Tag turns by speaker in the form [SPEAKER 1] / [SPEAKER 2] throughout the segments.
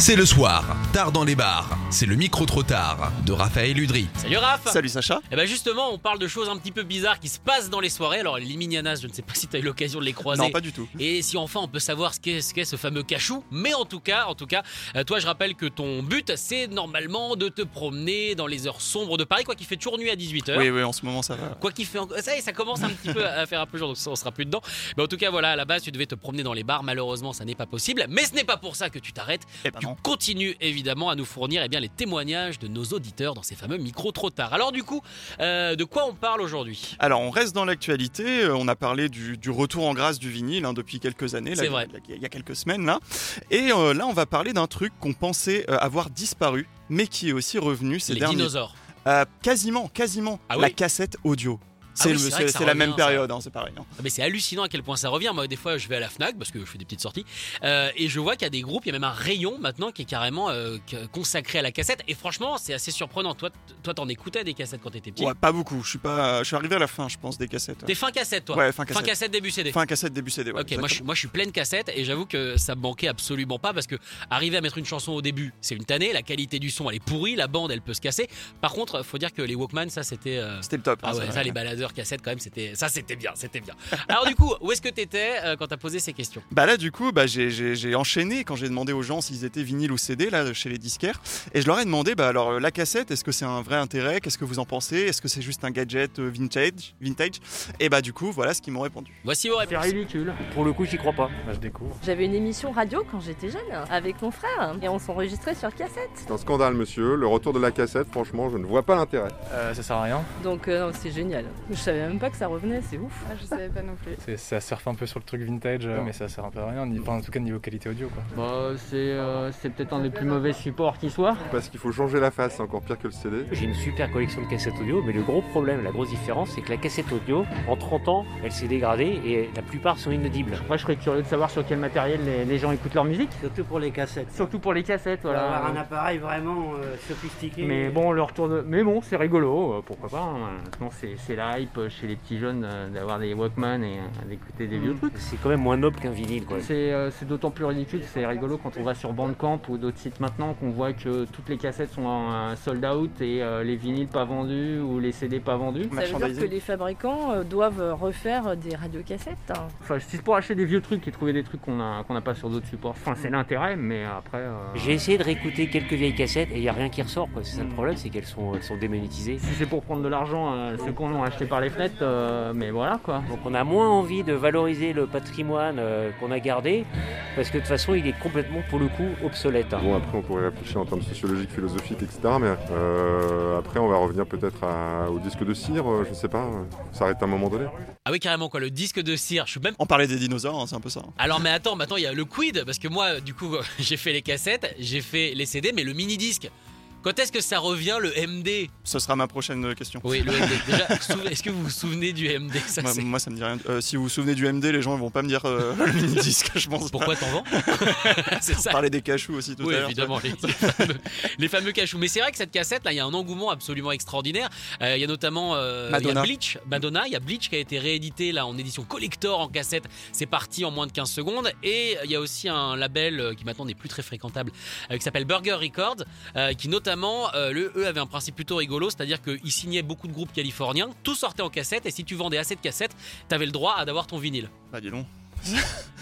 [SPEAKER 1] C'est le soir, tard dans les bars. C'est le micro trop tard de Raphaël Udry.
[SPEAKER 2] Salut Raph
[SPEAKER 3] Salut Sacha.
[SPEAKER 2] Et bah justement, on parle de choses un petit peu bizarres qui se passent dans les soirées. Alors les Minianas, je ne sais pas si tu as eu l'occasion de les croiser.
[SPEAKER 3] Non, pas du tout.
[SPEAKER 2] Et si enfin on peut savoir ce qu'est ce, qu'est ce fameux cachou, mais en tout cas, en tout cas, euh, toi je rappelle que ton but c'est normalement de te promener dans les heures sombres de Paris, quoi qu'il fait toujours nuit à 18h.
[SPEAKER 3] Oui, oui, en ce moment ça va.
[SPEAKER 2] Quoi qu'il fait, en- ça y est, ça commence un petit peu à faire un peu jour, donc ça, on sera plus dedans. Mais en tout cas, voilà, à la base, tu devais te promener dans les bars. Malheureusement, ça n'est pas possible. Mais ce n'est pas pour ça que tu t'arrêtes.
[SPEAKER 3] Eh ben
[SPEAKER 2] tu
[SPEAKER 3] non.
[SPEAKER 2] continues évidemment à nous fournir eh bien, les témoignages de nos auditeurs dans ces fameux micros trop tard. Alors du coup, euh, de quoi on parle aujourd'hui
[SPEAKER 3] Alors, on reste dans l'actualité. Euh, On a parlé du, du retour en grâce du vinyle hein, depuis quelques années. là,
[SPEAKER 2] C'est vrai.
[SPEAKER 3] il y a- Il y a quelques semaines, là. Et euh, là, on va parler d'un truc qu'on pensait euh, avoir disparu, mais qui est aussi revenu ces
[SPEAKER 2] Les
[SPEAKER 3] derniers
[SPEAKER 2] dinosaures.
[SPEAKER 3] Euh, Quasiment, quasiment.
[SPEAKER 2] Ah
[SPEAKER 3] La
[SPEAKER 2] oui Ah
[SPEAKER 3] cassette audio.
[SPEAKER 2] oui,
[SPEAKER 3] C'est le-
[SPEAKER 2] c'est vrai que
[SPEAKER 3] c'est-
[SPEAKER 2] ça
[SPEAKER 3] c'est la
[SPEAKER 2] revient,
[SPEAKER 3] même
[SPEAKER 2] ça.
[SPEAKER 3] période, hein, c'est pareil. hein.
[SPEAKER 2] Ah, Mais c'est hallucinant à quel point ça revient. Moi, des fois, je vais à la Fnac parce que je fais des petites sorties euh, et je vois qu'il y a des groupes. Il y a même un rayon maintenant qui est carrément euh, que- consacré à la cassette. Et franchement, c'est assez surprenant. Toi, t- toi, t'en écoutais des cassettes quand t'étais petit.
[SPEAKER 3] Ouais, pas beaucoup. Je suis pas. Je suis arrivé à la fin, je pense, des cassettes.
[SPEAKER 2] T'es fin cassette, toi.
[SPEAKER 3] Ouais, fin cassette.
[SPEAKER 2] début CD.
[SPEAKER 3] Fin cassette début CD. ouais,
[SPEAKER 2] Ok, moi je, suis- moi je suis pleine cassette et j'avoue que ça me manquait absolument pas parce que arriver à mettre une chanson au début, c'est une tannée, la qualité du son elle est pourrie, la bande elle peut se casser. Par contre, faut dire que les Walkman, ça c'était. euh,
[SPEAKER 3] C'était le top. hein,
[SPEAKER 2] Ah ouais,
[SPEAKER 3] c'est
[SPEAKER 2] ça
[SPEAKER 3] vrai.
[SPEAKER 2] les baladeurs cassettes quand même, c'était ça c'était bien, c'était bien. Alors du coup, où est-ce que t'étais euh, quand t'as posé ces questions
[SPEAKER 3] Bah là, du coup, bah, j'ai- j'ai j'ai enchaîné quand j'ai demandé aux gens s'ils étaient vinyle ou CD là chez les disquaires, et je leur ai demandé, bah alors euh, la cassette, est-ce que c'est un vrai intérêt Qu'est-ce que vous en pensez Est-ce que c'est juste un gadget euh, vintage Vintage Et bah du coup, voilà ce qu'ils m'ont répondu.
[SPEAKER 2] Voici vos réponses.
[SPEAKER 4] ridicule. Pour le coup, j'y crois pas.
[SPEAKER 5] Bah, je découvre.
[SPEAKER 6] J'avais une émission radio quand j'étais jeune avec mon frère et on s'enregistrait sur cassette.
[SPEAKER 7] C'est un scandale, monsieur. Le retour de la cassette, franchement, je ne vois pas l'intérêt.
[SPEAKER 5] Euh, ça sert à rien.
[SPEAKER 6] Donc euh, non, c'est génial. Je savais même pas que ça revenait, c'est ouf.
[SPEAKER 8] Ah, je savais pas non plus.
[SPEAKER 5] C'est- Ça surfe un peu sur le truc vintage, euh, mais ça sert un peu à rien. ni- Enfin, en tout cas, niveau qualité audio, quoi.
[SPEAKER 4] Bah, c'est euh, c'est peut-être un des plus mauvais supports qui soit.
[SPEAKER 7] Parce qu'il faut changer la face, c'est encore pire que le CD.
[SPEAKER 9] J'ai une super collection de cassettes audio, mais le gros problème, la grosse différence, c'est que la cassette audio, en 30 ans, elle s'est dégradée et la plupart sont inaudibles.
[SPEAKER 4] Moi, je serais curieux de savoir sur quel matériel les, les gens écoutent leur musique. Surtout pour les cassettes. Bah, Surtout pour les cassettes, voilà. avoir un appareil vraiment sophistiqué. Mais bon, le retour de... Mais bon, c'est rigolo, euh, pourquoi pas. hein. Maintenant, c'est c'est la hype euh, chez les petits jeunes euh, d'avoir des Walkman et euh, d'écouter des
[SPEAKER 6] Mm.
[SPEAKER 4] vieux trucs.
[SPEAKER 9] C'est quand même moins noble qu'un vinyle, quoi.
[SPEAKER 4] C'est euh, c'est d'autant plus ridicule, c'est rigolo quand on va sur Bandcamp ou d'autres sites maintenant qu'on voit que toutes les cassettes sont en euh, sold out et euh, les vinyles pas vendus ou les CD pas vendus.
[SPEAKER 6] Ça veut dire que les fabricants euh, doivent refaire des radiocassettes. hein.
[SPEAKER 4] Enfin, si c'est pour acheter des vieux trucs et trouver des trucs qu'on a- qu'on n'a pas sur d'autres supports. Enfin, c'est l'intérêt, mais après. euh,
[SPEAKER 9] J'ai essayé de réécouter quelques vieilles cassettes et il n'y a rien qui ressort, quoi. C'est ça le problème, c'est qu'elles sont, elles sont démonétisées.
[SPEAKER 4] Si c'est pour prendre de l'argent, euh, ceux qu'on a acheté par les fenêtres, euh, mais voilà quoi.
[SPEAKER 9] Donc on a moins envie de valoriser le patrimoine euh, qu'on a gardé, parce que de toute façon, il est complètement, pour le coup, obsolète. hein.
[SPEAKER 7] Bon, après, on pourrait réfléchir en termes sociologiques, philosophiques, etc. Mais euh, après, on va revenir peut-être à- au disque de cire, euh, je ne sais pas. euh, Ça arrête à un moment donné.
[SPEAKER 2] Ah oui, carrément quoi, le disque de cire, je suis même
[SPEAKER 3] On parlait des dinosaures, hein, c'est un peu ça. hein.
[SPEAKER 2] Alors mais attends, maintenant il y a le quid parce que moi du coup j'ai fait les cassettes, j'ai fait les CD mais le mini disque. Quand est-ce que ça revient le MD
[SPEAKER 3] Ce sera ma prochaine euh, question.
[SPEAKER 2] Oui, le MD. Déjà, sou- est-ce que vous vous souvenez du MD ça,
[SPEAKER 3] Moi,
[SPEAKER 2] c'est-
[SPEAKER 3] moi, ça me dit rien. Euh, si vous vous souvenez du MD, les gens ils vont pas me dire euh, le mini disque, je pense.
[SPEAKER 2] Pourquoi t'en vends C'est
[SPEAKER 3] On
[SPEAKER 2] ça.
[SPEAKER 3] parlait des cachous aussi tout
[SPEAKER 2] Oui,
[SPEAKER 3] à l'heure.
[SPEAKER 2] évidemment, les, les fameux, les fameux cachous. Mais c'est vrai que cette cassette, là, il y a un engouement absolument extraordinaire. Euh, Il y a notamment euh, il y a
[SPEAKER 3] Madonna.
[SPEAKER 2] Bleach, Madonna, il y a Bleach qui a été réédité là en édition collector en cassette. C'est parti en moins de 15 secondes. Et euh, il y a aussi un label euh, qui maintenant n'est plus très fréquentable, euh, qui s'appelle Burger Records, euh, qui notamment, euh, le, eux avaient un principe plutôt rigolo, c'est-à-dire qu'ils signaient beaucoup de groupes californiens, tout sortait en cassette, et si tu vendais assez de cassettes, t'avais le droit à d'avoir ton vinyle.
[SPEAKER 3] Bah dis donc.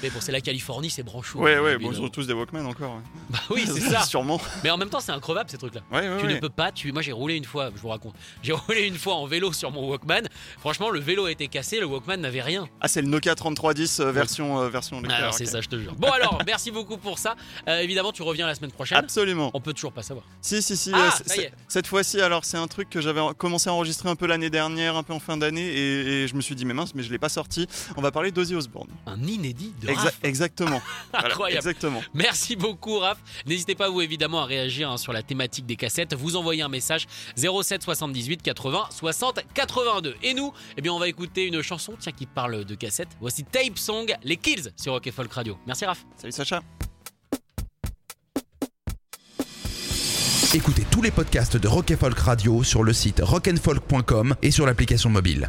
[SPEAKER 2] Mais bon, c'est la Californie, c'est branchou. hein,
[SPEAKER 3] Ouais, ouais, bon,
[SPEAKER 2] évidemment.
[SPEAKER 3] ils ont tous des Walkman encore. ouais.
[SPEAKER 2] Bah oui, c'est ça.
[SPEAKER 3] Sûrement.
[SPEAKER 2] Mais en même temps, c'est incroyable ces trucs-là.
[SPEAKER 3] Ouais, ouais,
[SPEAKER 2] Tu
[SPEAKER 3] ouais.
[SPEAKER 2] ne peux pas, tu... moi j'ai roulé une fois, je vous raconte, j'ai roulé une fois en vélo sur mon Walkman, franchement le vélo était cassé, le Walkman n'avait rien.
[SPEAKER 3] Ah, c'est le Nokia 3310 euh, version, euh, version lecteur.
[SPEAKER 2] Ah, Alors
[SPEAKER 3] ok.
[SPEAKER 2] c'est ça, je te jure. Bon alors, merci beaucoup pour ça, Euh, évidemment tu reviens la semaine prochaine,
[SPEAKER 3] Absolument.
[SPEAKER 2] on peut toujours pas savoir.
[SPEAKER 3] Si, si, si.
[SPEAKER 2] Ah,
[SPEAKER 3] euh, c-
[SPEAKER 2] ça y est.
[SPEAKER 3] c- Cette fois-ci, alors, c'est un truc que j'avais en- commencé à enregistrer un peu l'année dernière, un peu en fin d'année, et, et je me suis dit, mais mince, mais je l'ai pas sorti. On va parler d'Ozzy Osbourne.
[SPEAKER 2] Un l'inédit de
[SPEAKER 3] Exa-
[SPEAKER 2] Raph.
[SPEAKER 3] exactement. Voilà,
[SPEAKER 2] Incroyable.
[SPEAKER 3] exactement.
[SPEAKER 2] Merci beaucoup Raph. N'hésitez pas vous évidemment à réagir hein, sur la thématique des cassettes. Vous envoyez un message 07 78 80 60 82. Et nous, eh bien on va écouter une chanson tiens qui parle de cassettes. Voici Tape Song, les Kills sur Rock et Folk Radio. Merci Raph.
[SPEAKER 3] Salut Sacha.
[SPEAKER 1] Écoutez tous les podcasts de Rock et Folk Radio sur le site rockandfolk.com et sur l'application mobile.